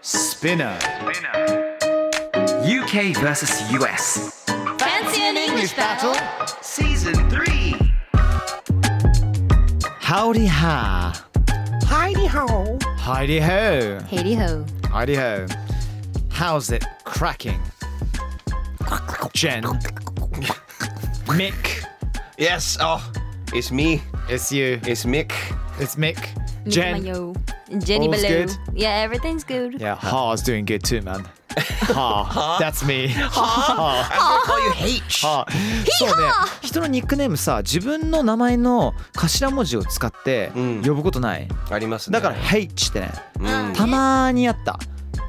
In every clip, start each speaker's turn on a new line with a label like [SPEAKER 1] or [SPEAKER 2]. [SPEAKER 1] Spinner.
[SPEAKER 2] UK versus US.
[SPEAKER 3] Fancy an English battle
[SPEAKER 2] Season 3.
[SPEAKER 1] Howdy ha.
[SPEAKER 2] Heidi Ho.
[SPEAKER 1] Heidi ho.
[SPEAKER 3] Heidi ho
[SPEAKER 1] Heidi ho. How's it cracking? Jen. Mick.
[SPEAKER 4] Yes, oh, it's me.
[SPEAKER 1] It's you.
[SPEAKER 4] It's Mick.
[SPEAKER 1] It's Mick. Jen.
[SPEAKER 5] Mayo. Jenny
[SPEAKER 1] All's
[SPEAKER 5] Below.
[SPEAKER 1] good?
[SPEAKER 5] Yeah, everything's good.
[SPEAKER 1] Yeah, Ha's doing good too, man. Ha. That's me. Ha.
[SPEAKER 4] I'm gonna call you H.
[SPEAKER 1] あそうね人のニックネームさ自分の名前の頭文字を使って
[SPEAKER 4] うん
[SPEAKER 1] 呼ぶことない、
[SPEAKER 4] ありますね。
[SPEAKER 1] だから「H」ってね
[SPEAKER 4] うん、
[SPEAKER 1] たまーにあった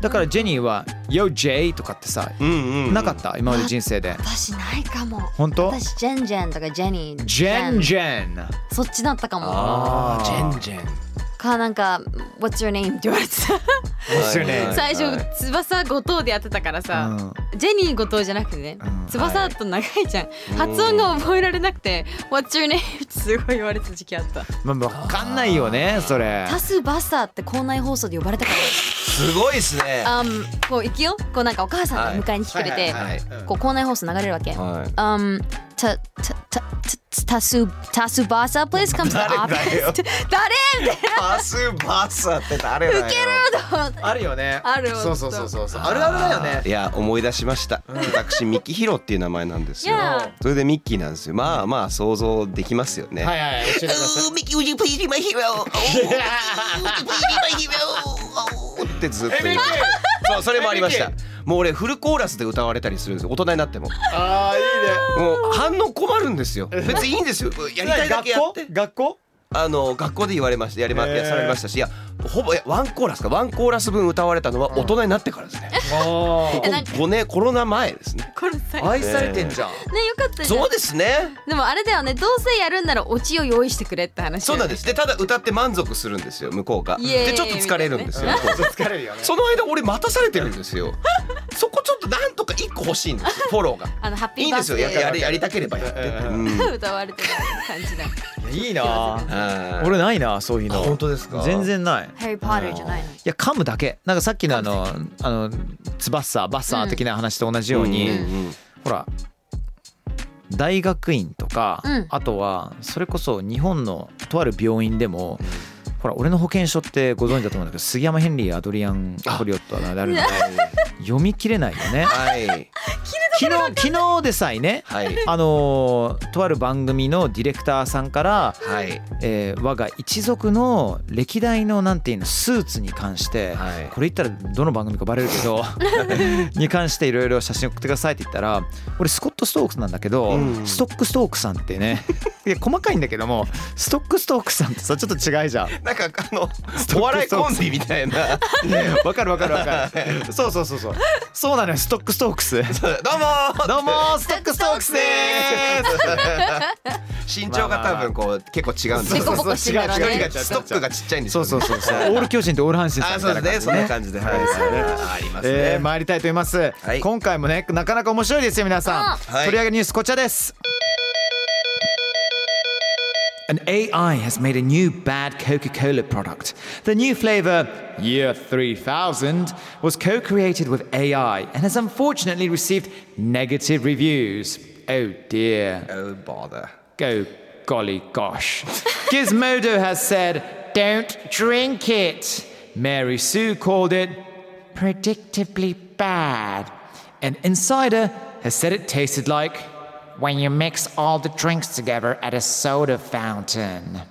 [SPEAKER 1] だからジェニーは「Yo J」とかってさ
[SPEAKER 4] うんうんうん、
[SPEAKER 1] なかった今まで人生で
[SPEAKER 5] 私ないかも。
[SPEAKER 1] 本当
[SPEAKER 5] 私ジェンジェンとかジェニー。
[SPEAKER 1] ジェンジェン
[SPEAKER 5] そっちだったかも。
[SPEAKER 1] あ
[SPEAKER 4] ジェンジェン。
[SPEAKER 5] かなんか What's your name って言われてた。
[SPEAKER 1] ですよ
[SPEAKER 4] は
[SPEAKER 1] ね
[SPEAKER 4] い
[SPEAKER 5] 最初翼後藤でやってたからさ。ジェニー後藤じゃなくてね
[SPEAKER 1] うん。
[SPEAKER 5] 翼と長いじゃん。発音が覚えられなくて What's your name ってすごい言われてた時期あった。
[SPEAKER 1] まあわかんないよねそれ
[SPEAKER 5] タスバサって校内放送で呼ばれたか
[SPEAKER 4] すごいですね。
[SPEAKER 5] ら。あんこう行くよ。こうなんかお母さんが迎えに来てくれ
[SPEAKER 4] はい
[SPEAKER 5] て
[SPEAKER 4] はいはいはい
[SPEAKER 5] こう校内放送流れるわけ。
[SPEAKER 4] はい。
[SPEAKER 5] um ta ta ta ta- tasu tasubasa please come to the
[SPEAKER 4] 誰だよ
[SPEAKER 5] office 誰みたいな
[SPEAKER 4] パスバーサーって誰だよ。ウケ
[SPEAKER 1] あるよね
[SPEAKER 5] ある
[SPEAKER 1] そうそうそうそうそうあるあるだよね
[SPEAKER 4] いや思い出しました。私ミキヒロっていう名前なんですよ
[SPEAKER 5] Yeah。
[SPEAKER 4] それでミッキーなんですよ。まあまあ想像できますよね。
[SPEAKER 1] はいはい教えてください
[SPEAKER 4] ミキウジプイリマヒロ。ってずっと言って。そうそれもありました。もう俺フルコーラスで歌われたりするんですよ。大人になっても。
[SPEAKER 1] ああいいね
[SPEAKER 4] もう反応困るんですよ。別にいいんですよ。やりたいだけやって。
[SPEAKER 1] 学校
[SPEAKER 4] あの学校で言われました。やりま
[SPEAKER 1] へー
[SPEAKER 4] やされましたし、いやほぼいやワンコーラスかワンコーラス分歌われたのは大人になってからですね。
[SPEAKER 1] 学校
[SPEAKER 5] えなんか
[SPEAKER 4] 五年コロナ前ですね。
[SPEAKER 5] これさね
[SPEAKER 1] 愛されてんじゃん
[SPEAKER 5] よかったじゃ
[SPEAKER 4] そ
[SPEAKER 5] ん
[SPEAKER 4] うですね。
[SPEAKER 5] でもあれだよねどうせやるんならオチを用意してくれって話
[SPEAKER 4] そうなん
[SPEAKER 5] で
[SPEAKER 4] です。でただ歌って満足するんですよ向こうが。
[SPEAKER 5] イエーイ
[SPEAKER 4] でちょっと疲れるんですよ。向こうが
[SPEAKER 1] 疲れるよね
[SPEAKER 4] その間俺待たされてるんですよ。そこちょっとなんとか一個欲しいんですよ。フォローが。
[SPEAKER 5] あのハッ
[SPEAKER 4] い
[SPEAKER 5] ピ
[SPEAKER 4] い
[SPEAKER 5] ー
[SPEAKER 4] ん
[SPEAKER 5] バ
[SPEAKER 4] で
[SPEAKER 5] ー
[SPEAKER 4] す
[SPEAKER 5] ス
[SPEAKER 4] よ。
[SPEAKER 5] デ
[SPEAKER 4] やや
[SPEAKER 5] ー
[SPEAKER 4] りやりたければやってって。
[SPEAKER 1] う
[SPEAKER 4] うん。
[SPEAKER 5] 歌われてる感じだ
[SPEAKER 1] いいな
[SPEAKER 4] あー
[SPEAKER 1] 俺ないなそういうの
[SPEAKER 4] 本当ですか
[SPEAKER 1] 全然ないい
[SPEAKER 5] ハリー・ポッターじゃないの
[SPEAKER 1] や噛むだけなんかさっきのあのあのツバッサーバッサー的な話と同じように、
[SPEAKER 4] んんん
[SPEAKER 1] ほら大学院とか、
[SPEAKER 5] うん
[SPEAKER 1] あとはそれこそ日本のとある病院でも、ほら俺の保険証ってご存知だと思うんだけど杉山ヘンリーアドリアン・コリオットはなるので読み切れないよね
[SPEAKER 4] はい
[SPEAKER 1] 昨日昨日でさえね
[SPEAKER 4] はい
[SPEAKER 1] あのーとある番組のディレクターさんから、
[SPEAKER 4] はい
[SPEAKER 1] えー我が一族の歴代のなんていうのスーツに関して、
[SPEAKER 4] はい
[SPEAKER 1] これ言ったらどの番組かバレるけ どに関していろいろ写真送ってくださいって言ったら俺スコット・ストークスなんだけど、
[SPEAKER 4] うん
[SPEAKER 1] ストック・ストークさんって ねいや細かいんだけどもストック・ストークさんってさちょっと違いじゃん。
[SPEAKER 4] なんかあのお笑いコンビみたいなど
[SPEAKER 1] わかるわかるわかる。 そうそうそうそう。そうなのよストック・ストークス。
[SPEAKER 4] うもー
[SPEAKER 1] どうもーストック・ストークスでーす
[SPEAKER 4] 身長が多分こう結構違うんです
[SPEAKER 5] デコ
[SPEAKER 4] よ
[SPEAKER 5] ボコしてんだろう
[SPEAKER 1] 違う違う違う違
[SPEAKER 5] ね
[SPEAKER 1] う
[SPEAKER 4] ストックがちっちゃいんです
[SPEAKER 1] そ
[SPEAKER 4] よ
[SPEAKER 1] う
[SPEAKER 4] ね
[SPEAKER 1] そうそうそう。オール巨人とオール阪神さん
[SPEAKER 4] あ
[SPEAKER 1] み
[SPEAKER 4] そ
[SPEAKER 1] た
[SPEAKER 4] う
[SPEAKER 1] いな
[SPEAKER 4] で
[SPEAKER 1] 感じ
[SPEAKER 4] すねそ
[SPEAKER 1] ね
[SPEAKER 4] んな感じではいあります
[SPEAKER 1] えー、
[SPEAKER 4] ね
[SPEAKER 1] 参りたいと思います、
[SPEAKER 4] はい
[SPEAKER 1] 今回もねなかなか面白いですよ皆さん、
[SPEAKER 4] はい
[SPEAKER 1] 取り上げるニュースこちらです An AI has made a new bad Coca-Cola product. The new flavor, Year 3000, was co-created with AI and has unfortunately received negative reviews. Oh dear.
[SPEAKER 4] Oh bother
[SPEAKER 1] Go golly gosh. Gizmodo has said, don't drink it. Mary Sue called it predictably bad. An insider has said it tasted like when you mix all the drinks together at a soda fountain.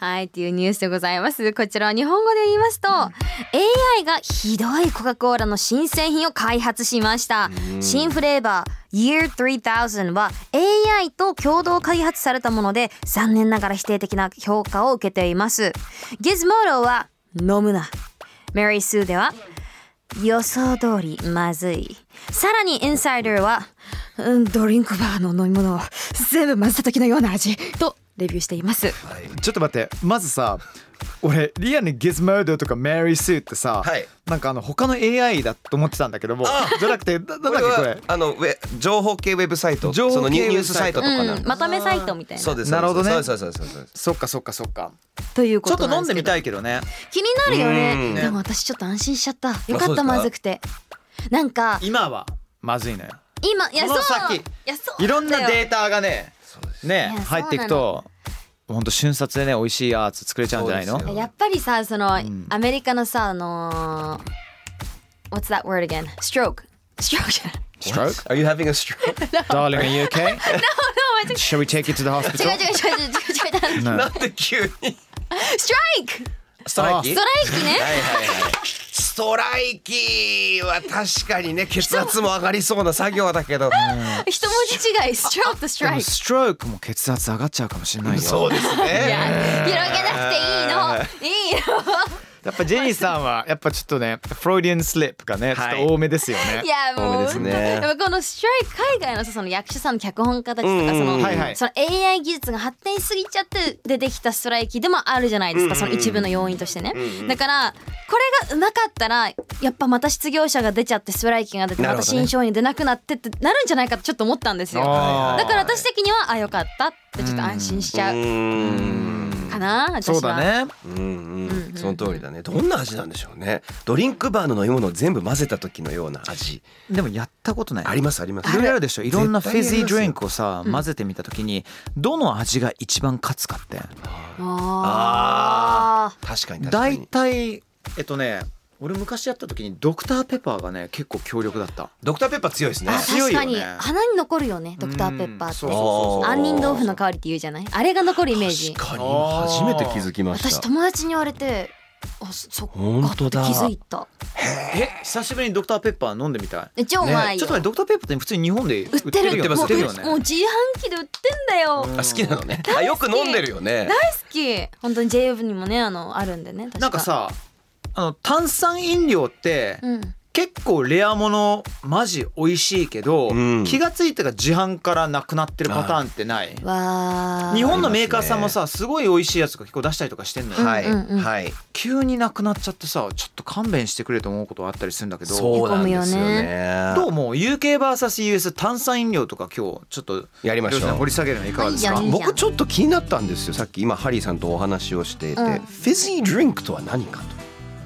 [SPEAKER 5] はいっていうニュースでございますこちらは日本語で言いますと AI がひどいコカ・コーラの新製品を開発しました新フレーバー Year 3000は AI と共同開発されたもので残念ながら否定的な評価を受けています Gizmodo は飲むな Mary Sue では予想通りまずいさらにインサイダーは、うん、ドリンクバーの飲み物は全部混ぜた時のような味とレビューしています
[SPEAKER 1] ちょっと待ってまずさ俺リアにギズモードとかメリー・スーってさ、
[SPEAKER 4] はい
[SPEAKER 1] なんかあの他の AI だと思ってたんだけどもじゃなくてななんだっけこれ
[SPEAKER 4] あのウェ情報系ウェブサイト
[SPEAKER 1] 情報系
[SPEAKER 4] そのニュ
[SPEAKER 1] ウェ
[SPEAKER 4] ニュー
[SPEAKER 1] ブ
[SPEAKER 4] ス
[SPEAKER 1] サ
[SPEAKER 4] サ
[SPEAKER 1] イ
[SPEAKER 4] イ
[SPEAKER 1] ト
[SPEAKER 4] トとかな
[SPEAKER 5] うん、まとめサイトみたい
[SPEAKER 4] そ
[SPEAKER 5] な
[SPEAKER 4] うです
[SPEAKER 1] なるほどね
[SPEAKER 4] そうですそうですそうですそうです
[SPEAKER 1] そっかそっかそっか
[SPEAKER 5] というこ
[SPEAKER 1] ちょっ
[SPEAKER 5] と
[SPEAKER 1] と
[SPEAKER 5] な
[SPEAKER 1] 飲
[SPEAKER 5] ん
[SPEAKER 1] んで
[SPEAKER 5] ですけ
[SPEAKER 1] み
[SPEAKER 5] ど
[SPEAKER 1] たいけどね
[SPEAKER 5] 気になるよ
[SPEAKER 4] うん
[SPEAKER 5] ねでも私ちょっと安心しちゃったよか
[SPEAKER 4] そ
[SPEAKER 5] っ
[SPEAKER 4] うで
[SPEAKER 5] た
[SPEAKER 4] すか
[SPEAKER 5] まずくてなんか
[SPEAKER 1] 今はまずいのよ
[SPEAKER 5] 今いや
[SPEAKER 1] こ
[SPEAKER 5] そ
[SPEAKER 1] の
[SPEAKER 5] う
[SPEAKER 1] 先
[SPEAKER 5] いやそう
[SPEAKER 1] いろん
[SPEAKER 5] だ
[SPEAKER 1] な
[SPEAKER 5] よ
[SPEAKER 1] データがねね
[SPEAKER 5] いや
[SPEAKER 1] 入っていくとほんと瞬殺でね美味しいアーツ作れちゃうんじゃない
[SPEAKER 4] そう
[SPEAKER 1] の
[SPEAKER 4] ですよ
[SPEAKER 5] やっぱりさその、アメリカのさあのー What's that word again? Stroke. Stroke じゃない
[SPEAKER 1] Stroke?
[SPEAKER 4] Are you having a stroke?
[SPEAKER 1] Darling, are you okay? Shall we take you to the
[SPEAKER 5] 違
[SPEAKER 1] hospital?
[SPEAKER 5] う違う違う違う違う違う違う
[SPEAKER 1] No.
[SPEAKER 4] なんで急に
[SPEAKER 5] ストライク
[SPEAKER 4] ストライキ
[SPEAKER 5] ストライキ
[SPEAKER 4] はい
[SPEAKER 5] ね
[SPEAKER 4] はいはいストライキは確かにね血圧も上がりそうな作業だけど
[SPEAKER 5] 一文字違いストロークとスト
[SPEAKER 1] で
[SPEAKER 5] ラ
[SPEAKER 1] も
[SPEAKER 5] イク
[SPEAKER 1] ストロークも血圧上がっちゃうかもしれないよ
[SPEAKER 4] そうです
[SPEAKER 5] いや
[SPEAKER 4] ね
[SPEAKER 5] 広げなくていいのいいの
[SPEAKER 1] やっぱジェニーさんはやっぱちょっとねフロイディアンスリップがねちょっと多めですよね
[SPEAKER 5] いや
[SPEAKER 4] 多
[SPEAKER 5] もう
[SPEAKER 4] めですね
[SPEAKER 5] でもこのストライク海外のさその役者さんの脚本家たちとかその,、
[SPEAKER 1] はいはい
[SPEAKER 5] その AI 技術が発展しすぎちゃって出てきたストライキでもあるじゃないですか、その一部の要因としてね、だからこれがうまかったらやっぱまた失業者が出ちゃってストライキが出て
[SPEAKER 4] な
[SPEAKER 5] ま
[SPEAKER 4] るほ
[SPEAKER 5] た
[SPEAKER 4] どね
[SPEAKER 5] 新商品出なくなってってなるんじゃないかとちょっと思ったんですよ
[SPEAKER 1] あー
[SPEAKER 5] だから私的にはあよかったってちょっと安心しちゃ
[SPEAKER 4] う
[SPEAKER 5] う
[SPEAKER 4] ーん
[SPEAKER 5] かな、私は
[SPEAKER 1] そうだね
[SPEAKER 4] うんうんその通りだねどんな味なんでしょうねドリンクバーの飲み物を全部混ぜた時のような味
[SPEAKER 1] でもやったことない
[SPEAKER 4] ありますあります
[SPEAKER 1] いろいろあるでしょいろんなフ
[SPEAKER 4] 絶
[SPEAKER 1] ェ
[SPEAKER 4] 対
[SPEAKER 1] ズ
[SPEAKER 4] あり
[SPEAKER 1] ィー
[SPEAKER 4] ます
[SPEAKER 1] ドリンクをさ混ぜてみたときにどの味が一番勝つかって
[SPEAKER 5] あー
[SPEAKER 4] 確かに確か
[SPEAKER 1] 大
[SPEAKER 4] に
[SPEAKER 1] 体えっとね俺昔やった時にドクターペッパーがね結構強力だった
[SPEAKER 4] ドクターペッパー強いですね
[SPEAKER 5] あ
[SPEAKER 1] 強
[SPEAKER 5] 確
[SPEAKER 1] いよ
[SPEAKER 5] か
[SPEAKER 1] ね
[SPEAKER 5] に鼻に残るよねドクターペッパーって
[SPEAKER 1] うんそう
[SPEAKER 4] そうそう
[SPEAKER 5] 杏仁豆腐の香りって言うじゃないあれが残るイメージ
[SPEAKER 4] 確かに
[SPEAKER 1] あ
[SPEAKER 4] 初
[SPEAKER 1] ー
[SPEAKER 4] めて気づきまし
[SPEAKER 5] 私
[SPEAKER 4] た
[SPEAKER 5] 友達に言われてあそそっか
[SPEAKER 4] 本
[SPEAKER 5] って
[SPEAKER 4] 当
[SPEAKER 5] 気
[SPEAKER 4] だ
[SPEAKER 5] づいた
[SPEAKER 1] え久しぶりにドクターペッパー飲んでみたい
[SPEAKER 5] え超うまい
[SPEAKER 1] ちょ
[SPEAKER 5] よ、
[SPEAKER 1] っと待ってドクターペッパーって普通に日本で売
[SPEAKER 5] 売ってる
[SPEAKER 4] 売ってます
[SPEAKER 5] も
[SPEAKER 1] 売
[SPEAKER 5] う
[SPEAKER 1] ってるよ
[SPEAKER 5] もう
[SPEAKER 1] ね
[SPEAKER 5] 自販機で売ってんだよ
[SPEAKER 4] あ好きなのねあよく飲んでるよね
[SPEAKER 5] 大好き本当に j f にもねあのあるんでね確か
[SPEAKER 1] なんかさあの炭酸飲料って
[SPEAKER 5] うん
[SPEAKER 1] 結構レアものマジ美味しいけど、
[SPEAKER 4] うん
[SPEAKER 1] 気がついたら自販からなくなってるパターンってない
[SPEAKER 5] わー
[SPEAKER 1] 日本のメーカーさんもさすごい美味しいやつが結構出したりとかしてんのよ、
[SPEAKER 4] はい
[SPEAKER 5] うんうん
[SPEAKER 4] はい
[SPEAKER 1] 急になくなっちゃってさちょっと勘弁してくれと思うことはあったりするんだけど
[SPEAKER 4] そうなんですよ
[SPEAKER 5] へこむよ
[SPEAKER 4] ね
[SPEAKER 1] どうも UKVSUS 炭酸飲料とか今日ちょっと
[SPEAKER 4] やりましょう
[SPEAKER 1] 両者掘り下げるのいかがですか
[SPEAKER 5] いいじゃん
[SPEAKER 4] 僕ちょっと気になったんですよさっき今ハリーさんとお話をしていて、
[SPEAKER 5] うん
[SPEAKER 4] フェズィードリンクとは何か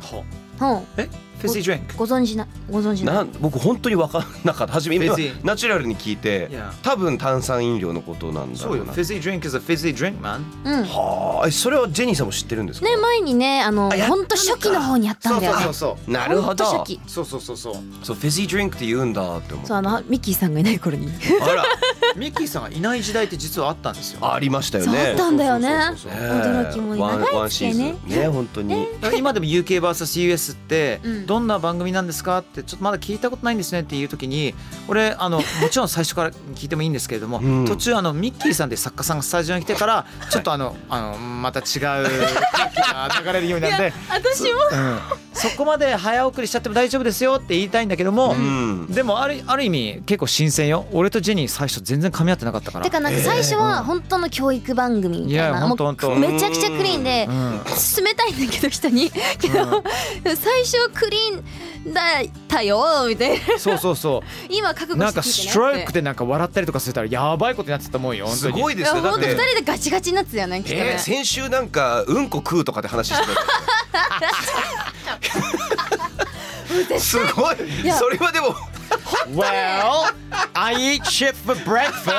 [SPEAKER 1] ほ
[SPEAKER 5] うん
[SPEAKER 4] え
[SPEAKER 1] フェズィードリンク
[SPEAKER 5] ご存知なご存知
[SPEAKER 4] と
[SPEAKER 5] な
[SPEAKER 4] なん僕本当に分からなかった初め
[SPEAKER 1] フ
[SPEAKER 4] 今
[SPEAKER 1] ェズィー
[SPEAKER 4] ナチュラルに聞いて
[SPEAKER 1] いや
[SPEAKER 4] 多分炭酸飲料のことなんだ
[SPEAKER 1] そ
[SPEAKER 4] ろ
[SPEAKER 1] う
[SPEAKER 4] う
[SPEAKER 1] よフ
[SPEAKER 4] な
[SPEAKER 1] ェズィードリンク is a fizzy drink man
[SPEAKER 5] うん
[SPEAKER 4] はあそれはジェニーさんも知ってるんですか、
[SPEAKER 5] ね前にねあの
[SPEAKER 4] あやったのか
[SPEAKER 5] 本当初期の方にやった
[SPEAKER 1] そ
[SPEAKER 5] ん
[SPEAKER 1] う
[SPEAKER 5] だよ
[SPEAKER 1] そ
[SPEAKER 5] ね
[SPEAKER 1] うそう
[SPEAKER 4] なるほど
[SPEAKER 5] ほんと初期
[SPEAKER 1] そうそうそうそうそう
[SPEAKER 4] そうフェズィードリンクって言うんだって思う
[SPEAKER 5] そうあのミッキーさんがいない頃に
[SPEAKER 4] あら
[SPEAKER 1] ミッキーさんがいない時代って実はあったんですよ
[SPEAKER 4] ありましたよ
[SPEAKER 5] そう あ
[SPEAKER 4] ね
[SPEAKER 5] ったんだよね
[SPEAKER 1] そうそうそうそう
[SPEAKER 5] 驚きも
[SPEAKER 4] ワン
[SPEAKER 5] 長
[SPEAKER 4] ワ
[SPEAKER 5] い
[SPEAKER 4] ンシー
[SPEAKER 5] 付き合い
[SPEAKER 4] ズ
[SPEAKER 5] ね
[SPEAKER 4] ンね本当に、
[SPEAKER 1] 今でも UKVSUS って
[SPEAKER 5] うん
[SPEAKER 1] どんな番組なんですかってちょっとまだ聞いたことないんですねっていう時に俺あのもちろん最初から聞いてもいいんですけれども、
[SPEAKER 4] うん
[SPEAKER 1] 途中あのミッキーさんで作家さんがスタジオに来てからちょっとあのあのま た違う空気が流れるようになって、
[SPEAKER 5] 私も
[SPEAKER 1] うんそこまで早送りしちゃっても大丈夫ですよって言いたいんだけども、
[SPEAKER 4] うん
[SPEAKER 1] でもあるある意味結構新鮮よ俺とジェニー最初全然噛み合ってなかったから
[SPEAKER 5] てかなんか最初は本当の教育番組みたい
[SPEAKER 1] いや
[SPEAKER 5] な
[SPEAKER 1] ほ
[SPEAKER 5] も
[SPEAKER 1] んとほんと
[SPEAKER 5] うめちゃくちゃクリーンで
[SPEAKER 1] うん
[SPEAKER 5] 勧めたいんだけど人にけど最初クリーンだったよみたいな
[SPEAKER 1] そうそうそ
[SPEAKER 5] 今覚
[SPEAKER 1] う
[SPEAKER 5] 悟
[SPEAKER 1] なん
[SPEAKER 5] して
[SPEAKER 1] か
[SPEAKER 5] 聞い
[SPEAKER 1] ス
[SPEAKER 5] て
[SPEAKER 1] ト
[SPEAKER 5] ね
[SPEAKER 1] ライク
[SPEAKER 5] って
[SPEAKER 1] でなんか笑ったりとかしてたらやばいことになってたと思うよ本当
[SPEAKER 4] す
[SPEAKER 1] に
[SPEAKER 4] ごいで
[SPEAKER 5] いや
[SPEAKER 4] すねだ
[SPEAKER 5] ほ
[SPEAKER 4] っ
[SPEAKER 5] んと
[SPEAKER 4] て
[SPEAKER 5] 二人でガチガチになってたよねきっと
[SPEAKER 4] え
[SPEAKER 5] ね
[SPEAKER 4] ー、先週なんかうんこ食うとかって話して たすごい
[SPEAKER 5] いや
[SPEAKER 4] それはでも
[SPEAKER 1] Well, I eat shit for breakfast.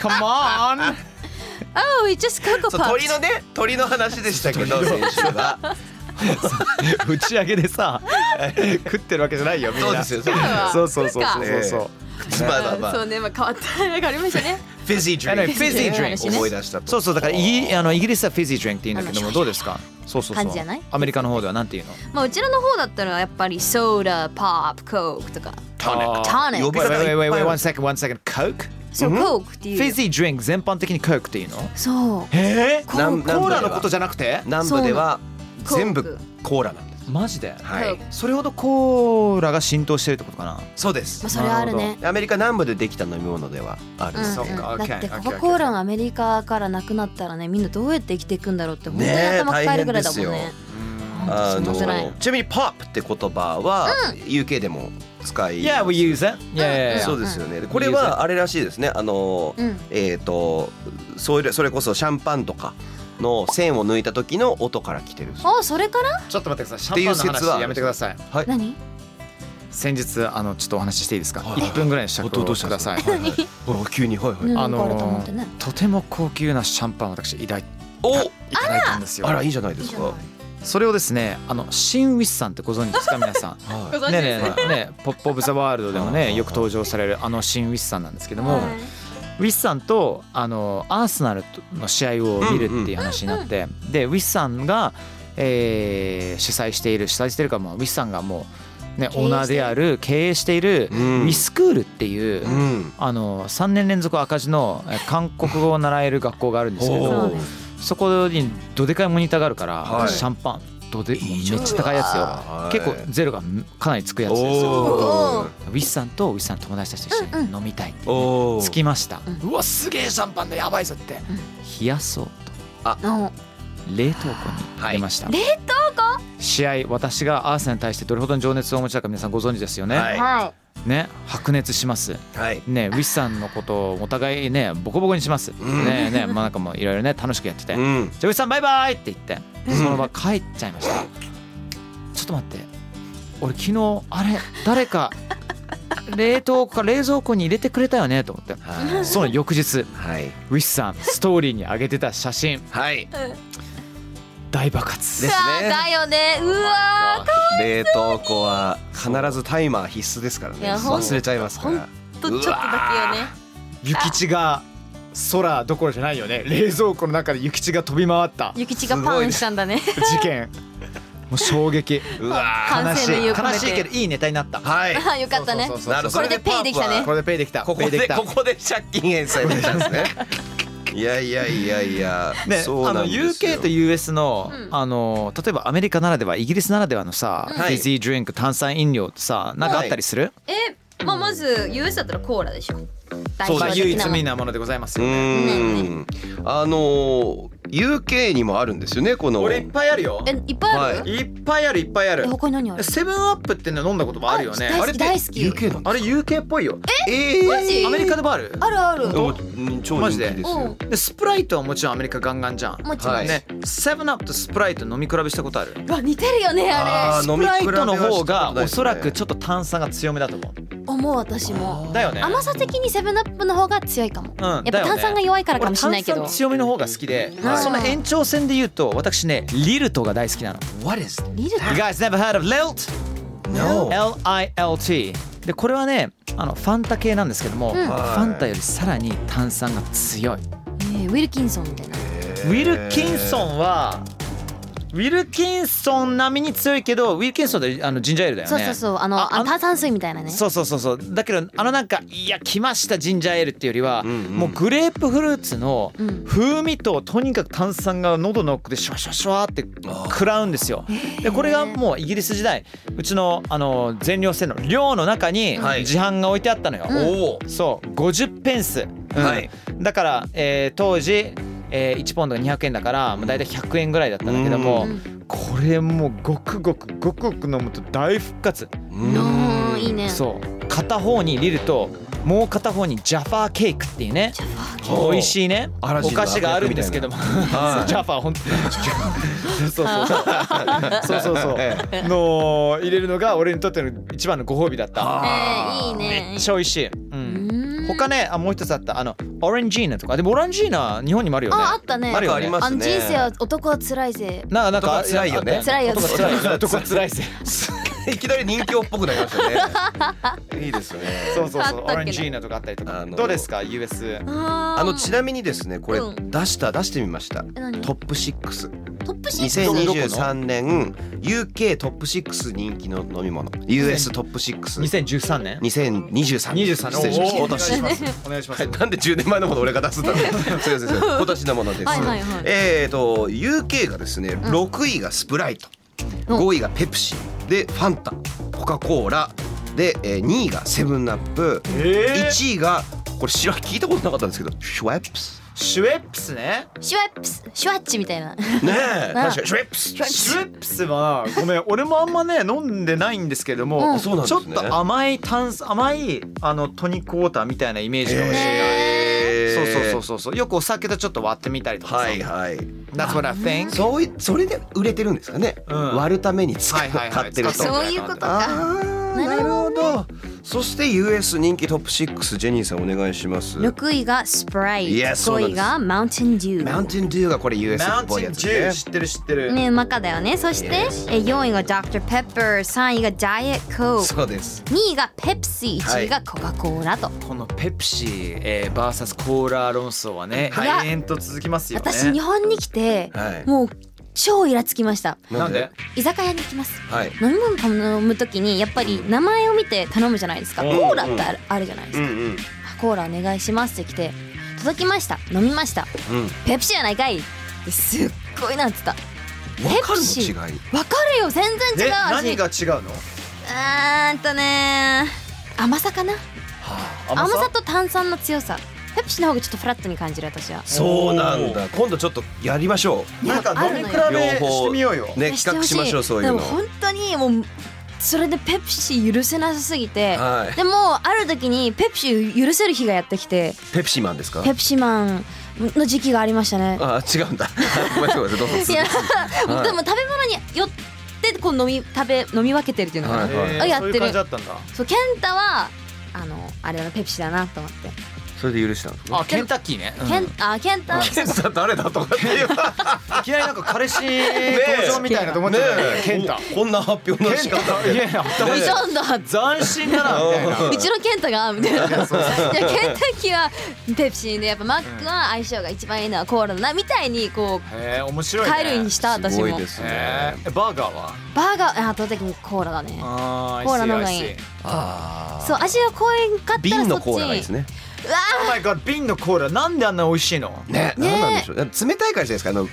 [SPEAKER 1] Come on.
[SPEAKER 5] Oh we just cocoa
[SPEAKER 4] そう
[SPEAKER 5] puffs
[SPEAKER 4] 鳥のね鳥の話でしたけど先週は
[SPEAKER 1] 打ち上げでさ、 食ってるわけじゃないよみん
[SPEAKER 4] そう
[SPEAKER 1] な。
[SPEAKER 4] ですよそうですよ
[SPEAKER 1] そうそうそうそうそうそう。
[SPEAKER 4] まあまあまあ
[SPEAKER 5] そうねまあ変わったなんかありましたね
[SPEAKER 4] フェジードリンク
[SPEAKER 1] Fizzy drink
[SPEAKER 4] 思い出したと
[SPEAKER 1] そうそうだからイギリあのイギリスはフィジードリンクって言うんだけどもどうですか。そうそうそう。
[SPEAKER 5] 感じじゃない
[SPEAKER 1] アメリカの方ではなんていうの。
[SPEAKER 5] まあうちらの方だったらやっぱりソーダパープコークとか
[SPEAKER 4] トニック
[SPEAKER 5] ターニッ
[SPEAKER 4] 呼
[SPEAKER 5] ク
[SPEAKER 4] ばれ
[SPEAKER 1] Wait
[SPEAKER 4] 方がい
[SPEAKER 1] wait
[SPEAKER 4] っぱいあ
[SPEAKER 1] wait wait
[SPEAKER 4] る
[SPEAKER 1] one second one second. Coke.
[SPEAKER 5] そうコークって
[SPEAKER 1] フ
[SPEAKER 5] い
[SPEAKER 1] ィ
[SPEAKER 5] う
[SPEAKER 1] ジードリンク全般的に Coke っていうの。
[SPEAKER 5] そう
[SPEAKER 1] へえ。コ
[SPEAKER 4] なんなんだよ
[SPEAKER 1] ーラのことじゃなくて。
[SPEAKER 4] 南部では
[SPEAKER 5] そうな
[SPEAKER 4] 全
[SPEAKER 5] の
[SPEAKER 4] 部コーラなんです
[SPEAKER 1] マジで
[SPEAKER 4] はい、
[SPEAKER 6] それほどコーラが浸透してるってことかな
[SPEAKER 4] そうです
[SPEAKER 5] あ、それはある
[SPEAKER 1] な
[SPEAKER 5] ね
[SPEAKER 4] アメリカ南部でできた飲み物ではあるんで
[SPEAKER 5] んん
[SPEAKER 4] す
[SPEAKER 1] そっ
[SPEAKER 4] ね、
[SPEAKER 1] か
[SPEAKER 5] だって
[SPEAKER 1] OK OK
[SPEAKER 5] コカ・コーラがアメリカからなくなったらねみんなどうやって生きていくんだろうって本当に
[SPEAKER 4] ねえ
[SPEAKER 5] 頭抱えるぐらいだもん
[SPEAKER 4] 大変
[SPEAKER 5] ね
[SPEAKER 4] で。
[SPEAKER 5] あ
[SPEAKER 4] あ
[SPEAKER 5] の
[SPEAKER 4] のちなみに「ポップ」って言葉は UK でも使い、
[SPEAKER 1] Yeah, we use it. Yeah, yeah,
[SPEAKER 4] そう
[SPEAKER 1] yeah.
[SPEAKER 4] ですよねでこれはあれらしいですねあの、
[SPEAKER 5] うん
[SPEAKER 4] えっ、とそれそれこそシャンパンとかの線を抜いた時の音から来てる
[SPEAKER 5] あそれから
[SPEAKER 1] ちょっと待ってくださ
[SPEAKER 4] って
[SPEAKER 1] い。シ
[SPEAKER 4] い
[SPEAKER 1] ャ
[SPEAKER 4] う
[SPEAKER 1] ンパンの
[SPEAKER 4] 説は
[SPEAKER 1] 話やめてください。
[SPEAKER 5] 何
[SPEAKER 1] 先日あのちょっとお話ししていいですか。
[SPEAKER 4] はい
[SPEAKER 1] 1分ぐらいの尺
[SPEAKER 4] ど
[SPEAKER 1] を
[SPEAKER 4] どうした
[SPEAKER 1] く
[SPEAKER 4] んで
[SPEAKER 1] だ
[SPEAKER 4] す
[SPEAKER 1] さ
[SPEAKER 4] か
[SPEAKER 1] い。はいはい
[SPEAKER 4] ほら急にはいはい、
[SPEAKER 5] うん
[SPEAKER 1] あ
[SPEAKER 5] なんかあると思
[SPEAKER 1] の
[SPEAKER 5] ってね
[SPEAKER 1] ーとても高級なシャンパンを私いただい
[SPEAKER 4] お
[SPEAKER 1] いただいたんですよ
[SPEAKER 4] あ。らいいじゃないですか
[SPEAKER 1] それをですねあのシンウィスさんってご存知 ですか皆さん。
[SPEAKER 4] は
[SPEAKER 6] ご存知
[SPEAKER 1] ねえ
[SPEAKER 6] です
[SPEAKER 1] ねえねえポップオブザワールドでも
[SPEAKER 4] はいはいは
[SPEAKER 1] ね
[SPEAKER 4] い
[SPEAKER 1] よく登場されるあのシンウィスさんなんですけども、
[SPEAKER 5] はい
[SPEAKER 1] ウィスさんとあのアーセナルの試合を見るっていう話になって、でウィスさんが、えー主催している主催しているかまあウィスさんがもうね
[SPEAKER 5] 経営してる
[SPEAKER 1] オーナーである経営している
[SPEAKER 4] う
[SPEAKER 1] ウ
[SPEAKER 4] ん
[SPEAKER 1] ィスクールっていう、
[SPEAKER 4] うん
[SPEAKER 1] あの3年連続赤字のえー韓国語を習える学校があるんですけ
[SPEAKER 4] お
[SPEAKER 1] ど
[SPEAKER 4] ー
[SPEAKER 5] そうね
[SPEAKER 1] そこにどでかいモニターがあるから、
[SPEAKER 4] はい
[SPEAKER 1] シャンパンどでもうめっちゃ高いやつよ、
[SPEAKER 4] はい
[SPEAKER 1] 結構ゼロがかなりつくやつです
[SPEAKER 4] おー
[SPEAKER 1] ウィスさんとウィスさんの友達たちと一緒に飲みたいって、
[SPEAKER 4] お
[SPEAKER 1] 着
[SPEAKER 4] ー
[SPEAKER 1] きました、
[SPEAKER 5] う
[SPEAKER 1] うわすげえシャンパンだやばいぞって、冷やそうと
[SPEAKER 5] お
[SPEAKER 1] 冷凍庫に入れました、冷凍庫試合私がアーセナルに対してどれほどの情熱をお持ちだか皆さんご存知ですよね、
[SPEAKER 4] はい
[SPEAKER 5] はい
[SPEAKER 1] ね白熱します
[SPEAKER 4] はい
[SPEAKER 1] ねウィスさんのことをお互いねボコボコにします、
[SPEAKER 4] ん
[SPEAKER 1] ねねまあなんかもういろいろね楽しくやってて、
[SPEAKER 4] う
[SPEAKER 1] じゃ
[SPEAKER 4] ん
[SPEAKER 1] あウィスさんバイバイって言ってその場帰っちゃいました、ちょっと待って俺昨日あれ誰か冷凍庫か冷蔵庫に入れてくれたよねと思って
[SPEAKER 4] はい
[SPEAKER 1] その翌日
[SPEAKER 4] はい
[SPEAKER 1] ウィスさんストーリーに上げてた写真
[SPEAKER 4] はいで
[SPEAKER 1] 大爆発
[SPEAKER 4] すね
[SPEAKER 5] だよねうわ
[SPEAKER 4] 冷凍庫は必ずタイマー必須ですから
[SPEAKER 5] い
[SPEAKER 4] ね
[SPEAKER 5] やほん
[SPEAKER 4] 忘れちゃいますから
[SPEAKER 5] ーとちょっとだけよね
[SPEAKER 1] 諭吉が空どころじゃないよね冷蔵庫の中で諭吉が飛び回った
[SPEAKER 5] ゆきちがパンしたんだね
[SPEAKER 1] 事件もう衝撃
[SPEAKER 4] うわ
[SPEAKER 5] 感
[SPEAKER 1] 悲し
[SPEAKER 5] 性の
[SPEAKER 1] い
[SPEAKER 5] 意を
[SPEAKER 1] 悲
[SPEAKER 5] 込めて
[SPEAKER 1] しいけどいいネタになった
[SPEAKER 4] ーはい
[SPEAKER 5] よかったね
[SPEAKER 1] そうそうそうそう
[SPEAKER 4] なるほど
[SPEAKER 5] これでペイできたね
[SPEAKER 1] これでペイできた
[SPEAKER 4] こ
[SPEAKER 1] ペ
[SPEAKER 4] こ
[SPEAKER 1] イで
[SPEAKER 4] で
[SPEAKER 1] きた
[SPEAKER 4] ここで借金返済できたんですね。 いやいやいやいや、
[SPEAKER 1] ね、あ
[SPEAKER 4] そうな
[SPEAKER 1] の
[SPEAKER 4] んですよ
[SPEAKER 1] UK と US の,、
[SPEAKER 5] うん
[SPEAKER 1] あの例えばアメリカならではイギリスならではのさ、
[SPEAKER 4] ん
[SPEAKER 1] フィジードリンク炭酸飲料ってさなんかあったりする、
[SPEAKER 5] えまあまず US だったらコーラでしょ代
[SPEAKER 1] まあ
[SPEAKER 5] 表
[SPEAKER 1] 唯
[SPEAKER 5] 的
[SPEAKER 1] 一
[SPEAKER 5] な
[SPEAKER 1] 無二なものでございます
[SPEAKER 4] う
[SPEAKER 1] よね、
[SPEAKER 4] ーん。あのー UK にもあるんですよねこの。
[SPEAKER 1] 俺いっぱいあるよ
[SPEAKER 5] えいっぱいあ
[SPEAKER 4] は
[SPEAKER 5] る
[SPEAKER 1] いっぱいあるいっぱいあ
[SPEAKER 5] え
[SPEAKER 1] る
[SPEAKER 5] 他に何ある
[SPEAKER 1] セブンアップっての飲んだこともあるよね
[SPEAKER 5] あ
[SPEAKER 1] あ
[SPEAKER 5] 大
[SPEAKER 1] れ
[SPEAKER 5] 好き大好き
[SPEAKER 4] UK なんだ。
[SPEAKER 1] あれ UK っぽいよ
[SPEAKER 4] え
[SPEAKER 5] マジ
[SPEAKER 1] アメリカでもある
[SPEAKER 5] あるある
[SPEAKER 4] ー。でもうん超人気ですよ。
[SPEAKER 1] でスプライトはもちろんアメリカガンガンじゃん
[SPEAKER 5] もちろん
[SPEAKER 4] はい
[SPEAKER 1] ねセブンアップとスプライト飲み比べしたことある
[SPEAKER 5] うわ似てるよねあ
[SPEAKER 4] あ
[SPEAKER 1] ス
[SPEAKER 4] ー飲
[SPEAKER 1] プ
[SPEAKER 4] み比
[SPEAKER 1] ライ
[SPEAKER 4] べは
[SPEAKER 1] トの方がおそら
[SPEAKER 4] したことない
[SPEAKER 1] く
[SPEAKER 4] ですね
[SPEAKER 1] ちょっと炭酸が強めだと思う
[SPEAKER 5] れ思う私も
[SPEAKER 1] だよね
[SPEAKER 5] 甘さ的にセブンアップの方が強いかもやっぱ
[SPEAKER 1] だよね
[SPEAKER 5] 炭酸が弱いからかも
[SPEAKER 1] 俺
[SPEAKER 5] しれないけど
[SPEAKER 1] 炭酸強めの方が好きで、
[SPEAKER 5] はい
[SPEAKER 1] その延長戦で言うと私ねリルトが大好きなの
[SPEAKER 4] What is?
[SPEAKER 5] リルト
[SPEAKER 1] You guys never heard of Lilt?
[SPEAKER 4] No.
[SPEAKER 1] L-I-L-T でこれはねあのファンタ系なんですけども、
[SPEAKER 5] ん
[SPEAKER 1] ファンタよりさらに炭酸が強い
[SPEAKER 5] ねえウィルキンソンみたいな
[SPEAKER 1] ウィルキンソンはウィルキンソン並みに強いけどウィルキンソンってあのジンジャーエールだよ
[SPEAKER 5] そう
[SPEAKER 1] ね
[SPEAKER 5] そうそうあのあ炭酸水みたいなね
[SPEAKER 1] そうそうそうそうだけどあのなんかいや来ましたジンジャーエールっていうよりは、
[SPEAKER 4] んうん
[SPEAKER 1] もうグレープフルーツの
[SPEAKER 5] うん
[SPEAKER 1] 風味ととにかく炭酸が喉の奥でシュワシュワシュワって食らうんですよでこれがもうイギリス時代うちのあの全寮制の寮の中に
[SPEAKER 4] はい
[SPEAKER 1] 自販が置いてあったのよ、
[SPEAKER 4] おお。
[SPEAKER 1] そう50ペンス、うん
[SPEAKER 4] はい
[SPEAKER 1] だから、えー当時、えー1ポンドが200円だから、まあ、大体100円ぐらいだったんだけども、
[SPEAKER 5] うん
[SPEAKER 1] これもうごくごくごくごく飲むと大復活、
[SPEAKER 5] のいいね
[SPEAKER 1] そう片方にリルともう片方にジャファーケークっていうね
[SPEAKER 4] ー
[SPEAKER 1] 美味しいね
[SPEAKER 4] アラ
[SPEAKER 1] お
[SPEAKER 4] ジンの
[SPEAKER 1] 菓子があるんですけどもジ
[SPEAKER 4] な
[SPEAKER 1] ャファー本当にそうそう そうそうそうそうの入れるのが俺にとっての一番のご褒美だった
[SPEAKER 5] えーいいね
[SPEAKER 1] めっちゃ美味しい、うん、
[SPEAKER 5] うん
[SPEAKER 1] 他ねあもう一つあったあのオレンジーナとかでもオレンジーナ日本にもあるよね
[SPEAKER 5] ああったね
[SPEAKER 1] あるよ
[SPEAKER 4] あり
[SPEAKER 1] ね
[SPEAKER 4] ます
[SPEAKER 5] あの人生は男は辛いぜ
[SPEAKER 1] なんかなん
[SPEAKER 4] 男
[SPEAKER 1] か
[SPEAKER 4] は辛いよね
[SPEAKER 5] 辛いや
[SPEAKER 1] 男
[SPEAKER 5] つ
[SPEAKER 1] は辛い男は辛 いぜ
[SPEAKER 4] いきなり人気っぽくなりました ね。いいですね。
[SPEAKER 1] そうそうそう
[SPEAKER 5] あったっけ
[SPEAKER 1] オ
[SPEAKER 5] な
[SPEAKER 1] レンジーナとかあったりとか
[SPEAKER 4] あの
[SPEAKER 1] どうですか US
[SPEAKER 5] あ
[SPEAKER 4] あのちなみにですねこれ
[SPEAKER 5] うん
[SPEAKER 4] 出した出してみました。
[SPEAKER 5] え何
[SPEAKER 4] トップ6。
[SPEAKER 5] トップシック
[SPEAKER 4] 2023年 UK トップ6人気の飲み物 US トップ6
[SPEAKER 1] 2013年
[SPEAKER 4] 2023
[SPEAKER 1] 23
[SPEAKER 4] 失礼しました
[SPEAKER 1] おーお願いしますお願いしま
[SPEAKER 4] は
[SPEAKER 1] す
[SPEAKER 4] い なんで10年前のもの俺が出すんだ ろうすいませんすいません今年のものです
[SPEAKER 5] はいはいはい
[SPEAKER 4] えーと UK がですね6位がスプライト5位がペプシでファンタコカ・コーラで、えー、2位がセブンアップ、1位がこれ知ら聞いたことなかったんですけどシュワップス
[SPEAKER 1] シュエップスね
[SPEAKER 5] シュワップスシュワッチみたいな
[SPEAKER 4] ねえ確かにシュワップス
[SPEAKER 1] シュエップスはごめん俺もあんまね飲んでないんですけども、
[SPEAKER 4] あそうなんで
[SPEAKER 1] ちょっ
[SPEAKER 4] すね
[SPEAKER 1] と甘い炭酸甘いあのトニックウォーターみたいなイメージかもしれない、
[SPEAKER 4] え
[SPEAKER 1] そうそうそ
[SPEAKER 4] そ
[SPEAKER 1] うそうそうよくお酒とちょっと割ってみたりとかさ、
[SPEAKER 4] はいはい。
[SPEAKER 1] That's what I think
[SPEAKER 4] そういそれで売れてるんですかね。
[SPEAKER 1] うん
[SPEAKER 4] 割るために使う
[SPEAKER 1] はいはいはい
[SPEAKER 4] 買ってると。
[SPEAKER 1] 使
[SPEAKER 5] そういうことか
[SPEAKER 4] ああなるほど。そして US 人気トップ6ジェニーさんお願いします。
[SPEAKER 5] 6位がスプライト
[SPEAKER 4] Yes そうなんで
[SPEAKER 5] 5位
[SPEAKER 4] す
[SPEAKER 5] がマウンテンデュ
[SPEAKER 4] マ
[SPEAKER 5] ー
[SPEAKER 4] ウンテンデューがこれ US
[SPEAKER 1] マウ
[SPEAKER 4] っ
[SPEAKER 1] ン
[SPEAKER 4] ぽい
[SPEAKER 1] テ
[SPEAKER 4] や
[SPEAKER 1] ン
[SPEAKER 4] つ
[SPEAKER 1] ジュー
[SPEAKER 4] ね。
[SPEAKER 1] 知ってる知ってる、
[SPEAKER 5] ねうまかだよねそして、
[SPEAKER 4] Yes
[SPEAKER 5] え4位が Dr. Pepper 3位が Diet Coke
[SPEAKER 4] そうです。
[SPEAKER 5] 2位がペプシ
[SPEAKER 4] はい
[SPEAKER 5] 1位がコカ・コーラと、
[SPEAKER 1] このペプシー、えー、VS コーラ論争はね
[SPEAKER 5] はい
[SPEAKER 1] 永遠と続きますよね
[SPEAKER 5] 私日本に来て、
[SPEAKER 4] はい
[SPEAKER 5] もう超イラつきました
[SPEAKER 1] なんで
[SPEAKER 5] 居酒屋に行きます
[SPEAKER 4] はい。
[SPEAKER 5] 飲み物頼む時にやっぱり名前を見て頼むじゃないですか、
[SPEAKER 4] うん
[SPEAKER 5] コーラってあるあるじゃないです
[SPEAKER 4] う
[SPEAKER 5] か、
[SPEAKER 4] んうん
[SPEAKER 5] コーラお願いしますって来て届きました飲みました
[SPEAKER 4] うん。
[SPEAKER 5] ペプシやないかいってすっごいなってた
[SPEAKER 4] わか
[SPEAKER 5] ペプシ
[SPEAKER 4] るの違い。
[SPEAKER 5] わかるよ全然違
[SPEAKER 1] え
[SPEAKER 5] う
[SPEAKER 1] 何
[SPEAKER 5] 味
[SPEAKER 1] が違うの
[SPEAKER 5] うーんとねー甘さかな甘さと炭酸の強さペプシの方がちょっとフラットに感じる私は
[SPEAKER 4] そうなんだ。今度ちょっとやりましょう。
[SPEAKER 1] なんか飲み比べしてみようよ
[SPEAKER 4] ね比較しましょうそういうの
[SPEAKER 5] でも。本当にもうそれでペプシ許せなさすぎて、
[SPEAKER 4] はい
[SPEAKER 5] でもある時にペプシ許せる日がやってきて
[SPEAKER 4] ペプシマンですか。
[SPEAKER 5] ペプシマンの時期がありましたね
[SPEAKER 4] あ違うんだ。ごめんなさいごめんなさいどうぞ。
[SPEAKER 5] いや、
[SPEAKER 4] はい
[SPEAKER 5] でも食べ物によってこう飲み食べ飲み分けてるっていうのかな、
[SPEAKER 4] はい
[SPEAKER 1] え
[SPEAKER 5] あ
[SPEAKER 1] ー
[SPEAKER 5] やっ
[SPEAKER 1] そ
[SPEAKER 5] て
[SPEAKER 1] う
[SPEAKER 5] る
[SPEAKER 1] いう感じだったんだ
[SPEAKER 5] そうケンタはあのあれだなペプシだなと思って、
[SPEAKER 4] それで許したんですね。
[SPEAKER 1] あケンタッキーね、うん
[SPEAKER 5] ケンあケンタ
[SPEAKER 4] ケンタ誰だとかっていう。
[SPEAKER 1] いきなりなんか彼氏登場みたいなと思っちゃったよねケンタ
[SPEAKER 4] おこんな発表の
[SPEAKER 1] ケ
[SPEAKER 4] 仕
[SPEAKER 1] ンタ
[SPEAKER 4] 方
[SPEAKER 1] いやいや
[SPEAKER 5] いたんだ
[SPEAKER 1] 斬新だなみたいな
[SPEAKER 5] うちのケンタがみたいな。いやケンタッキーはペプシーでやっぱマックは相性が一番いいのはコーラだなみたいにこう
[SPEAKER 1] へえ面白いね
[SPEAKER 5] 貝類にした私
[SPEAKER 4] す
[SPEAKER 5] も。
[SPEAKER 4] ごいです
[SPEAKER 1] へ
[SPEAKER 4] ね
[SPEAKER 1] ーえバーガーは
[SPEAKER 5] バーガーあ取った時にコーラだね。
[SPEAKER 1] あ
[SPEAKER 5] コーラの方がいいそう味が濃いかったら
[SPEAKER 4] 瓶
[SPEAKER 5] そ
[SPEAKER 4] の
[SPEAKER 5] っち
[SPEAKER 4] コーラがいいですね
[SPEAKER 1] お前が瓶のコーラなんであんな美味しいの
[SPEAKER 4] ね
[SPEAKER 5] ね
[SPEAKER 4] なんなんでしょういや冷たいからじゃないですかあの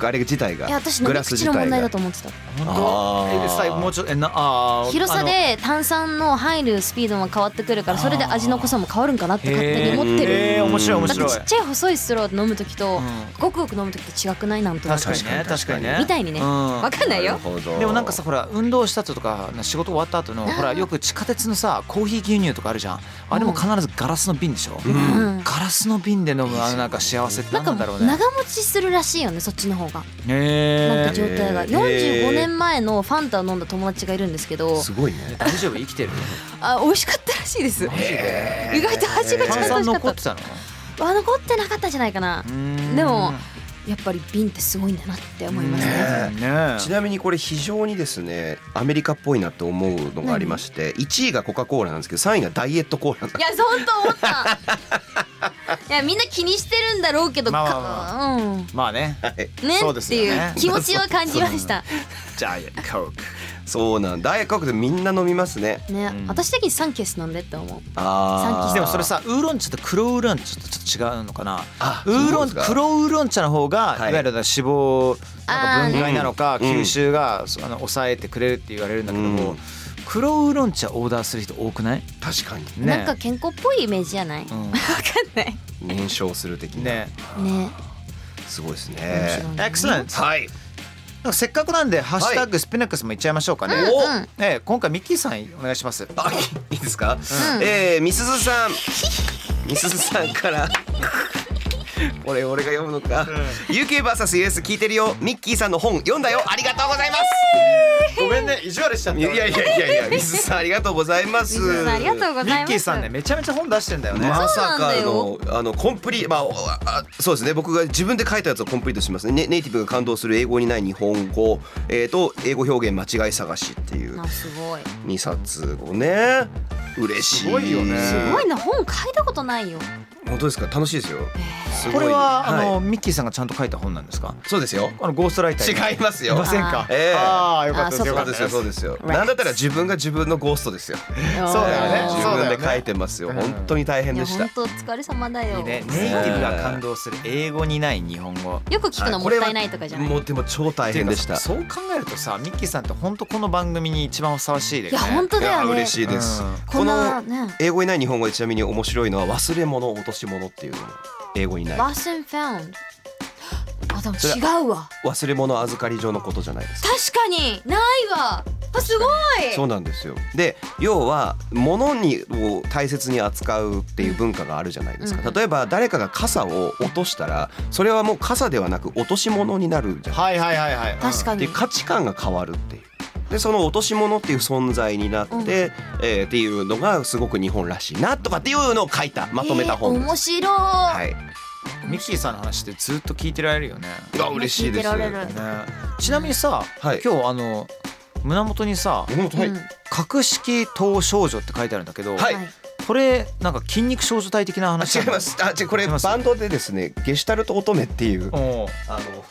[SPEAKER 4] あれ自体が
[SPEAKER 5] いや私飲
[SPEAKER 4] グ
[SPEAKER 5] み
[SPEAKER 4] ラス
[SPEAKER 5] 口
[SPEAKER 4] 自
[SPEAKER 5] の
[SPEAKER 4] 体
[SPEAKER 5] 問題
[SPEAKER 4] が
[SPEAKER 5] だと思ってた。
[SPEAKER 4] あー
[SPEAKER 1] えさもうちょっとえなあー
[SPEAKER 5] 広さで炭酸の入るスピードも変わってくるからそれで味の濃さも変わるんかなって勝手に思って
[SPEAKER 1] へえ
[SPEAKER 5] る。
[SPEAKER 1] 面白い面
[SPEAKER 5] だって
[SPEAKER 1] 白い
[SPEAKER 5] ちっちゃい細いストローで飲む時と
[SPEAKER 1] ん
[SPEAKER 5] ごくごく飲む時って違くないなんとなく
[SPEAKER 1] 確かにね確
[SPEAKER 4] 確
[SPEAKER 1] か
[SPEAKER 4] か
[SPEAKER 1] に
[SPEAKER 4] に
[SPEAKER 1] ね
[SPEAKER 5] みたいにね。
[SPEAKER 1] うん
[SPEAKER 5] わかんない
[SPEAKER 4] な
[SPEAKER 5] よ
[SPEAKER 4] る。ほど
[SPEAKER 1] でもなんかさほら運動した後とか仕事終わった後のほらよく地下鉄のさコーヒー牛乳とかあるじゃんあれも必ずガラスの瓶でしょ、
[SPEAKER 5] ん
[SPEAKER 1] ガラスの瓶で飲むあのなんか幸せって
[SPEAKER 5] なん
[SPEAKER 1] 何
[SPEAKER 5] か
[SPEAKER 1] なんだろう
[SPEAKER 5] 長
[SPEAKER 1] ね
[SPEAKER 5] 持ちするらしいよねそっちの方が。なん
[SPEAKER 1] へ
[SPEAKER 5] か状態が
[SPEAKER 4] えー
[SPEAKER 5] 45年前のファンタを飲んだ友達がいるんですけど
[SPEAKER 4] すごいね
[SPEAKER 1] 大丈夫生きて る
[SPEAKER 5] あ美味しかったらしいです意
[SPEAKER 1] 炭
[SPEAKER 5] 外と味がちゃんと美
[SPEAKER 1] 酸
[SPEAKER 5] 味し
[SPEAKER 1] 残
[SPEAKER 5] かっ
[SPEAKER 1] ってたの
[SPEAKER 5] たわ残ってなかったんじゃないかなでもやっぱり瓶ってすごいんだなって思いますね
[SPEAKER 1] ねえ
[SPEAKER 4] ちなみにこれ非常にですねアメリカっぽいなと思うのがありまして1位がコカ・コーラなんですけど3位がダイエットコーラなんです
[SPEAKER 5] いや本当思った いやみんな気にしてるんだろうけど
[SPEAKER 1] まあまあ
[SPEAKER 5] かうん
[SPEAKER 1] まあね
[SPEAKER 5] ね
[SPEAKER 1] そうで
[SPEAKER 5] っ
[SPEAKER 1] す
[SPEAKER 5] て
[SPEAKER 1] よ
[SPEAKER 5] い
[SPEAKER 1] ね
[SPEAKER 5] う気持ちは感じ ました
[SPEAKER 1] ジャイアンコーク
[SPEAKER 4] そうなんダイエットコーラでみんな飲みますね
[SPEAKER 5] ね私的に3ケース飲んでって思う
[SPEAKER 4] あー
[SPEAKER 1] でもそれさウーロン茶と黒ウーロン茶とちょっと違うのかな
[SPEAKER 4] あ
[SPEAKER 1] ウーロン
[SPEAKER 4] そうですか
[SPEAKER 1] 黒ウーロン茶の方が、
[SPEAKER 4] はい
[SPEAKER 1] い、わゆる脂肪なんか分解なのか、
[SPEAKER 4] ーね
[SPEAKER 1] 吸収が、そあの抑えてくれるって言われるんだけども、
[SPEAKER 4] うん
[SPEAKER 1] 黒ウーロン茶オーダーする人多くない
[SPEAKER 4] 確かに
[SPEAKER 1] ね
[SPEAKER 5] なんか健康っぽいイメージじゃないわか
[SPEAKER 1] ん
[SPEAKER 5] んない
[SPEAKER 4] 燃焼する的な
[SPEAKER 1] ね
[SPEAKER 5] ね
[SPEAKER 4] すごいです
[SPEAKER 5] 面白い
[SPEAKER 4] ね
[SPEAKER 5] ね
[SPEAKER 1] Excellent なん
[SPEAKER 4] はい
[SPEAKER 1] かせっかくなんで「ハッシュタグスピナックス」もいっちゃいましょうかね、
[SPEAKER 4] お
[SPEAKER 5] うん
[SPEAKER 1] ね今回ミッキーさんお願いします
[SPEAKER 4] あ いいですか、えー、みすずさん みすずさんから これ俺が読むのか、UKVSUS 聞いてるよミッキーさんの本読んだよありがとうございます、
[SPEAKER 1] ごめんね意地悪しちゃっ
[SPEAKER 4] いやいやい やいやみすずさんありがとうございます
[SPEAKER 5] 水野さんありがとうご
[SPEAKER 1] ミ
[SPEAKER 5] ざい
[SPEAKER 1] ッ
[SPEAKER 5] ます
[SPEAKER 1] キーさんねめちゃめちゃ本出してんだよね、
[SPEAKER 4] まさ
[SPEAKER 5] そうなん
[SPEAKER 4] か
[SPEAKER 5] だ
[SPEAKER 4] の
[SPEAKER 5] よ
[SPEAKER 4] あのコンプリまあおあそうですね僕が自分で書いたやつをコンプリートしますねねネイティブが感動する英語にない日本語、えー、と英語表現間違い探しっていう
[SPEAKER 5] あすごい
[SPEAKER 4] 2冊をね嬉しい
[SPEAKER 1] すごいよね
[SPEAKER 5] すごいな本書いたことないよ
[SPEAKER 4] 本当ですか楽しいですよすごい
[SPEAKER 1] これは、あ
[SPEAKER 4] い
[SPEAKER 1] のミッキーさんがちゃんと書いた本なんですか
[SPEAKER 4] そうですよ
[SPEAKER 1] あのゴーストライター
[SPEAKER 4] 違いますよ
[SPEAKER 1] いませんか
[SPEAKER 4] ええ
[SPEAKER 1] ああよかったです
[SPEAKER 5] あ
[SPEAKER 1] よ
[SPEAKER 4] そ
[SPEAKER 1] かっ
[SPEAKER 4] うで
[SPEAKER 1] たです
[SPEAKER 4] よ
[SPEAKER 1] す
[SPEAKER 4] そうですよなんだったら自分が自分のゴーストですよ
[SPEAKER 5] そう
[SPEAKER 1] だよね
[SPEAKER 4] 自
[SPEAKER 1] そうだよね
[SPEAKER 4] 分で書いてますよ本当に大変
[SPEAKER 5] い
[SPEAKER 4] で
[SPEAKER 5] や
[SPEAKER 4] した
[SPEAKER 5] 本当お疲れ様だよ。
[SPEAKER 1] いいねネイティブが感動する英語にない日本語
[SPEAKER 5] よく聞くのも
[SPEAKER 4] こ
[SPEAKER 5] っ
[SPEAKER 4] れは
[SPEAKER 5] たいないとかじゃない。
[SPEAKER 4] もうでも超大変でした
[SPEAKER 1] ていうかそう考えるとさミッキーさんって本当この番組に一番ふさわしいで
[SPEAKER 5] いや本当だよ
[SPEAKER 4] いや
[SPEAKER 5] ね
[SPEAKER 4] 嬉。しいです
[SPEAKER 1] うん
[SPEAKER 5] こんなね。
[SPEAKER 4] 英語にない日本語でちなみに面白いのは忘れ物落とし物っていうのも英語にない
[SPEAKER 5] Lost and found。あでも
[SPEAKER 4] それ
[SPEAKER 5] 違うわ。
[SPEAKER 4] 忘れ物預かり上のことじゃないです
[SPEAKER 5] 確かにないわ。あすご
[SPEAKER 4] そう
[SPEAKER 5] い。
[SPEAKER 4] なんですよで要は物にを大切に扱うっていう文化があるじゃないです
[SPEAKER 5] う
[SPEAKER 4] か
[SPEAKER 5] ん
[SPEAKER 4] 例えば誰かが傘を落としたらそれはもう傘ではなく落とし物になるじゃんっ
[SPEAKER 1] はいはいはいはい
[SPEAKER 5] 確か
[SPEAKER 4] てい
[SPEAKER 5] に
[SPEAKER 4] う。価値観が変わるっていうでその落とし物っていう存在になって、
[SPEAKER 5] うん
[SPEAKER 4] えーっていうのがすごく日本らしいなとかっていうのを書いたまとめた本
[SPEAKER 5] えー
[SPEAKER 4] です、
[SPEAKER 5] 面白い。
[SPEAKER 4] はい
[SPEAKER 1] うんミッキーさんの話ってずっと聞いてられるよね
[SPEAKER 4] うわ嬉しいです
[SPEAKER 5] 聞てられる
[SPEAKER 1] ねちなみにさ、
[SPEAKER 4] はい
[SPEAKER 1] 今日あの胸元にさ
[SPEAKER 4] 本当はい
[SPEAKER 5] うん
[SPEAKER 1] 「格式糖少女」って書いてあるんだけど、
[SPEAKER 4] はい
[SPEAKER 1] これなんか筋肉少女体的な話
[SPEAKER 4] 違
[SPEAKER 1] ないの
[SPEAKER 4] ます。あ、違うこれ
[SPEAKER 1] 違います
[SPEAKER 4] バンドでですね、ゲシュタルト乙女っていう
[SPEAKER 1] おう
[SPEAKER 4] あの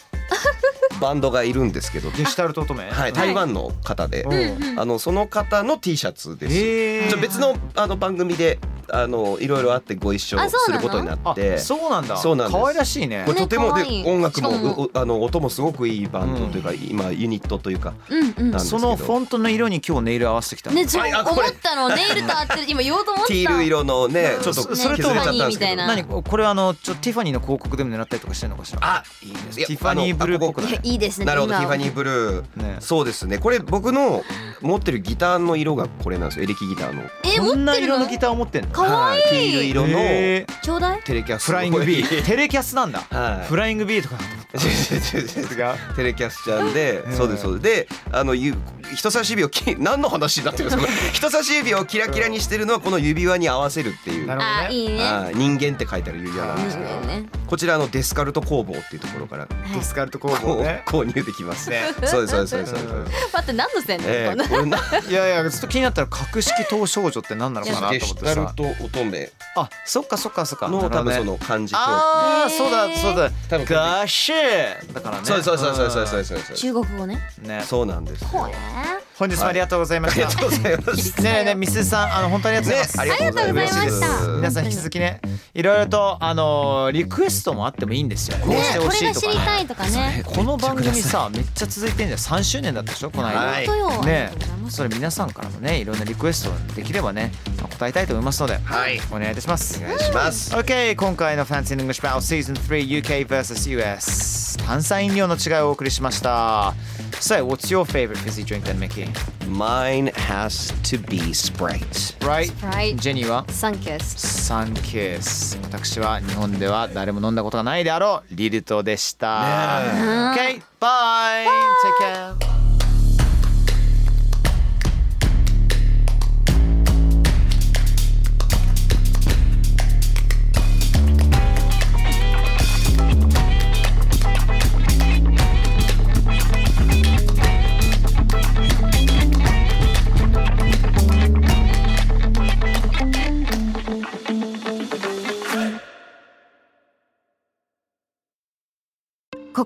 [SPEAKER 4] バンドがいるんですけど、
[SPEAKER 1] ゲシュタルト乙女
[SPEAKER 4] はい、台湾の方で
[SPEAKER 1] お、う
[SPEAKER 4] あのその方の T シャツです。
[SPEAKER 1] へえ
[SPEAKER 4] ちょ別のあの番組であのいろいろあってご一緒
[SPEAKER 5] あそう
[SPEAKER 4] す
[SPEAKER 5] な
[SPEAKER 4] る
[SPEAKER 5] の
[SPEAKER 4] ことにな
[SPEAKER 1] あ
[SPEAKER 4] って。
[SPEAKER 1] そうなんだ
[SPEAKER 4] そうなんです
[SPEAKER 1] 可愛らしいね
[SPEAKER 4] これとても
[SPEAKER 5] ね
[SPEAKER 4] で
[SPEAKER 5] 可愛い
[SPEAKER 4] 音楽も
[SPEAKER 5] しかも
[SPEAKER 4] ううあの音もすごくいいバンドというか、
[SPEAKER 1] う
[SPEAKER 4] 今ユニットというか
[SPEAKER 5] うんうん
[SPEAKER 4] な。んですけ
[SPEAKER 1] そ
[SPEAKER 4] ど
[SPEAKER 1] のフォントの色に今日ネイル合わせてきたの
[SPEAKER 5] ねそう
[SPEAKER 4] はいあ
[SPEAKER 5] 思
[SPEAKER 4] これ
[SPEAKER 5] っ たのネイルと合ってる今言おうと思った。
[SPEAKER 4] ティール色のねちょっと
[SPEAKER 1] そ
[SPEAKER 4] 削
[SPEAKER 1] そ
[SPEAKER 4] れ
[SPEAKER 1] れ
[SPEAKER 4] ち
[SPEAKER 1] と
[SPEAKER 4] ゃったんですけ
[SPEAKER 5] ファニーみたい
[SPEAKER 4] ど
[SPEAKER 5] な
[SPEAKER 1] 何ここれあのちょティファニーの広告でも狙ったりとかしてるのかしら
[SPEAKER 4] あいいですいや
[SPEAKER 1] ティファニーブルー
[SPEAKER 4] あここ
[SPEAKER 1] っぽくない
[SPEAKER 5] やいいですね。
[SPEAKER 4] なるほどテ
[SPEAKER 5] 今
[SPEAKER 4] ィファニーブルー、
[SPEAKER 1] ね
[SPEAKER 4] そうですねこれ僕の持ってるギターの色がこれなんですよエレキギターの
[SPEAKER 5] え
[SPEAKER 1] こん
[SPEAKER 5] 持っ
[SPEAKER 1] な
[SPEAKER 5] てる
[SPEAKER 1] 色の
[SPEAKER 5] の
[SPEAKER 1] ギ？ターを持ってんの
[SPEAKER 5] かわいい
[SPEAKER 4] はティール色の
[SPEAKER 1] へえ
[SPEAKER 5] ちょうだい。
[SPEAKER 4] テレキャス
[SPEAKER 1] フライング B テレキャスなんだ
[SPEAKER 4] はい
[SPEAKER 1] フライング B とかなんだ
[SPEAKER 4] テレキャスちゃんで、
[SPEAKER 1] うん
[SPEAKER 4] そうですそうですであのゆ人差し指をき 何の話になってるんですか 人差し指をキラキラにしてるのはこの指輪に合わせるっていう、
[SPEAKER 1] なるほど
[SPEAKER 5] あいいね。
[SPEAKER 4] あー人間って書いてある指輪なんですけど、
[SPEAKER 5] うんね。
[SPEAKER 4] こちらあのデスカルト工房っていうところから
[SPEAKER 1] デスカルト工
[SPEAKER 4] こ
[SPEAKER 1] 房
[SPEAKER 4] う
[SPEAKER 1] ね
[SPEAKER 4] 購入できます
[SPEAKER 1] ね
[SPEAKER 4] そうですそうですそうですそうです、
[SPEAKER 5] 待って何のせんの？
[SPEAKER 4] え
[SPEAKER 5] こんな
[SPEAKER 4] ー、これな
[SPEAKER 1] いやいやずっと気になったら格式等少女って何なのかな
[SPEAKER 4] デ
[SPEAKER 1] と思
[SPEAKER 4] ス
[SPEAKER 1] って
[SPEAKER 4] カル
[SPEAKER 1] さ
[SPEAKER 4] ト乙女
[SPEAKER 1] あそっかそっかそっか
[SPEAKER 4] の
[SPEAKER 1] なる
[SPEAKER 4] 多
[SPEAKER 1] ほ
[SPEAKER 4] 分
[SPEAKER 1] どね
[SPEAKER 4] その漢字と
[SPEAKER 1] ああ
[SPEAKER 5] へー
[SPEAKER 1] そうだそうだ
[SPEAKER 4] 多分これ
[SPEAKER 1] ガッシュだからね
[SPEAKER 4] そうですそうですそうですそうですそうですそうです
[SPEAKER 5] 中国語ね。
[SPEAKER 1] ね
[SPEAKER 4] そうなんですよ
[SPEAKER 5] ほえ。
[SPEAKER 1] 本日もありがとうございま
[SPEAKER 4] あ
[SPEAKER 1] し
[SPEAKER 4] り
[SPEAKER 1] た
[SPEAKER 4] がとうございます
[SPEAKER 1] ねえねえみすずさんあの本当にありがとうございます、
[SPEAKER 4] ねありがとうございました
[SPEAKER 5] ありがとうございました
[SPEAKER 1] 皆さん引き続きねいろいろとあのーリクエストもあってもいいんですよこう
[SPEAKER 5] ね
[SPEAKER 1] して
[SPEAKER 5] こ
[SPEAKER 1] ほし
[SPEAKER 5] れ
[SPEAKER 1] い
[SPEAKER 5] が
[SPEAKER 1] とか
[SPEAKER 5] 知り
[SPEAKER 1] ね
[SPEAKER 5] たいとかね。
[SPEAKER 1] この番組さめっちゃ続いてんじゃん3周年だったでしょこの間、
[SPEAKER 4] はい
[SPEAKER 5] 本当よ。
[SPEAKER 1] ね
[SPEAKER 5] ありがとうござい、ます
[SPEAKER 1] それ皆さんからもねいろんなリクエストできればね答えたいと思いますので、
[SPEAKER 4] はい
[SPEAKER 1] お願いいたします
[SPEAKER 4] お願いします。
[SPEAKER 1] OK 今回の Fancy in English Battle Season 3 UK vs.US 炭酸飲料の違いをお送りしましたさあ What's your favorite fizzy drink then Mickey?
[SPEAKER 4] Mine has to be Sprite.
[SPEAKER 1] Right?
[SPEAKER 5] Sprite
[SPEAKER 1] ジェニーは
[SPEAKER 5] サンキュース。
[SPEAKER 1] サンキュース私は日本では誰も飲んだことがないであろうリルトでした、OK bye take care
[SPEAKER 3] Spotify こ